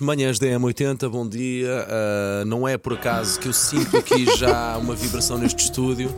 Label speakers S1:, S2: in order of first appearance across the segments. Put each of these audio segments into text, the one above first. S1: Manhãs da M80, bom dia. Ah, não é por acaso que eu sinto aqui já uma vibração neste estúdio.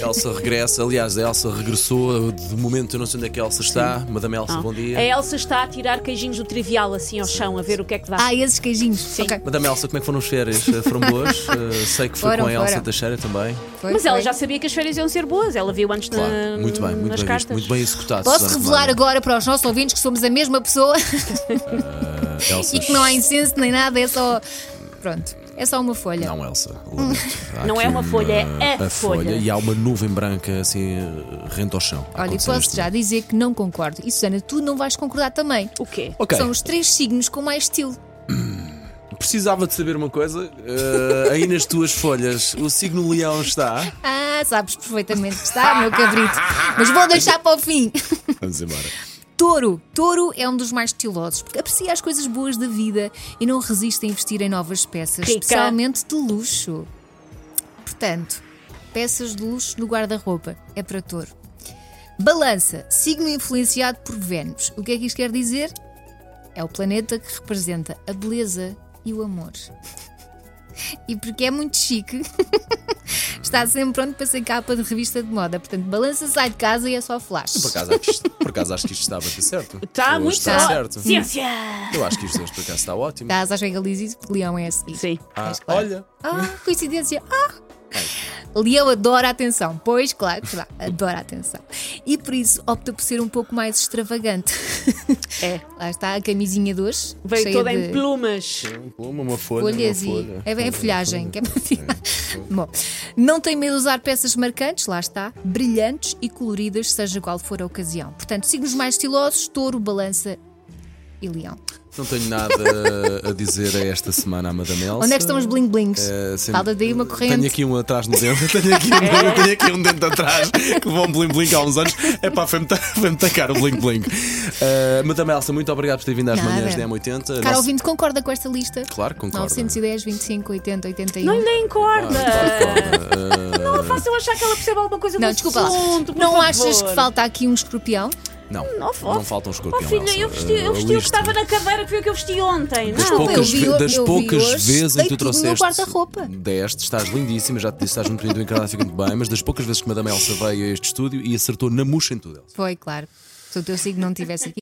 S1: Elsa regressa, aliás, a Elsa regressou. De momento eu não sei onde é que a Elsa está. Madame Elsa,
S2: Ah.
S1: bom dia.
S2: A
S3: É.
S2: Elsa está a tirar queijinhos do trivial assim ao chão, a ver o que é que dá.
S3: Ah, esses queijinhos. Sim.
S1: Madame Elsa, como é que foram as férias? Ah, Foram boas? Ah, sei que foi
S3: Foram,
S1: com a Elsa
S3: foram.
S1: Teixeira também.
S2: Mas ela já sabia que as férias iam ser boas, ela viu antes na-
S1: Claro, muito bem, muito
S2: nas
S1: bem
S2: cartas.
S1: visto, muito bem executado.
S3: Ah, Posso
S1: Susana
S3: revelar
S1: Romana.
S3: agora para os nossos ouvintes que somos a mesma pessoa
S1: Ah, Elsa,
S3: e que não há incenso nem nada, é só. Pronto, é só uma folha.
S1: Não, Elsa. lamento. Há
S2: Não
S1: aqui
S2: é uma folha, é a
S1: a
S2: folha.
S1: E há uma nuvem branca assim rente ao chão.
S3: Olha, e posso já dizer que não concordo. E Susana, tu não vais concordar também.
S2: O quê?
S1: Ok.
S3: São os três signos com mais estilo.
S1: Precisava de saber uma coisa. eh, aí nas tuas folhas, o signo leão está.
S3: Ah, sabes perfeitamente que está, meu cabrito. Mas vou deixar para o fim.
S1: Vamos embora.
S3: Touro. Touro é um dos mais estilosos, porque aprecia as coisas boas da vida e não resiste a investir em novas peças,
S2: Rica.
S3: especialmente de luxo. Portanto, peças de luxo no guarda-roupa é para touro. Balança, signo influenciado por Vênus. O que é que isto quer dizer? É o planeta que representa a beleza e o amor. E porque é muito chique, está sempre pronto para ser capa de revista de moda. Portanto, balança, sai de casa e é só flash.
S1: Por acaso, acho que isto- por acaso acho que isto está a bater certo.
S2: Está
S1: Hoje
S2: muito
S1: está
S2: bom.
S1: certo.
S2: Ciência!
S1: Eu acho que isto hoje por acaso está ótimo.
S3: Estás às bengalízes porque leão é assim.
S2: Sim.
S1: Ah,
S3: Mas claro.
S1: olha,
S3: Ah, coincidência. Ah! Leão adora a atenção. Pois, claro que dá. Adora a atenção. E por isso opta por ser um pouco mais extravagante.
S2: É.
S3: Lá está a camisinha de hoje.
S2: Veio
S3: cheia
S2: toda
S3: de
S2: em plumas.
S1: uma, uma folha.
S3: folhas
S1: uma
S3: e.
S1: folha.
S3: É bem a folhagem, que é para tirar. Bom, não tem medo de usar peças marcantes, lá está, brilhantes e coloridas, seja qual for a ocasião. Portanto, signos mais estilosos: touro, balança e leão.
S1: Não tenho nada a dizer a esta semana à Madame Elsa.
S3: Onde é que estão os bling-blings?
S1: Eh, sempre-
S3: Falta daí uma corrente.
S1: Tenho aqui um atrás no dente, tenho aqui um, tenho aqui um dente atrás que vão um bling bling há uns anos. É pá, foi-me ta- foi-me tacar o bling bling. Eh, Madame Elsa, muito obrigado por ter vindo às
S3: Nada.
S1: manhãs da M80.
S3: Cara
S1: Nosso-
S3: ouvinte, concorda com esta lista?
S1: Claro, concordo.
S3: 910, 25, 80, 81.
S2: Não lhe deem corda!
S1: Concordo. Eh,
S2: Não a façam achar que ela percebe alguma coisa
S3: Não,
S2: do
S3: desculpa lá.
S2: assunto, por
S3: Não
S2: favor.
S3: achas que falta aqui um escorpião?
S1: Não,
S2: Não falta.
S1: não falta um
S2: Oh,
S1: escorpião.
S2: filha,
S1: Elsa.
S2: eu vesti, eu
S1: Eh,
S2: vesti o que
S1: lista.
S2: estava na cadeira, que foi o que eu vesti ontem.
S1: Das
S2: Não.
S3: eu
S1: poucas,
S3: vi
S1: ve-
S3: hoje-
S1: das
S3: eu vi
S1: poucas vezes
S3: hoje,
S1: em que tu
S3: dei tudo no meu
S1: trouxeste.
S3: guarda-roupa.
S1: Deste, estás lindíssima, já te disse, estás muito bonito, encarnada, fica muito bem, mas das poucas vezes que Madame Elsa veio a este estúdio e acertou na murcha em tudo. Elsa.
S3: Foi, claro. Se o teu signo não estivesse aqui.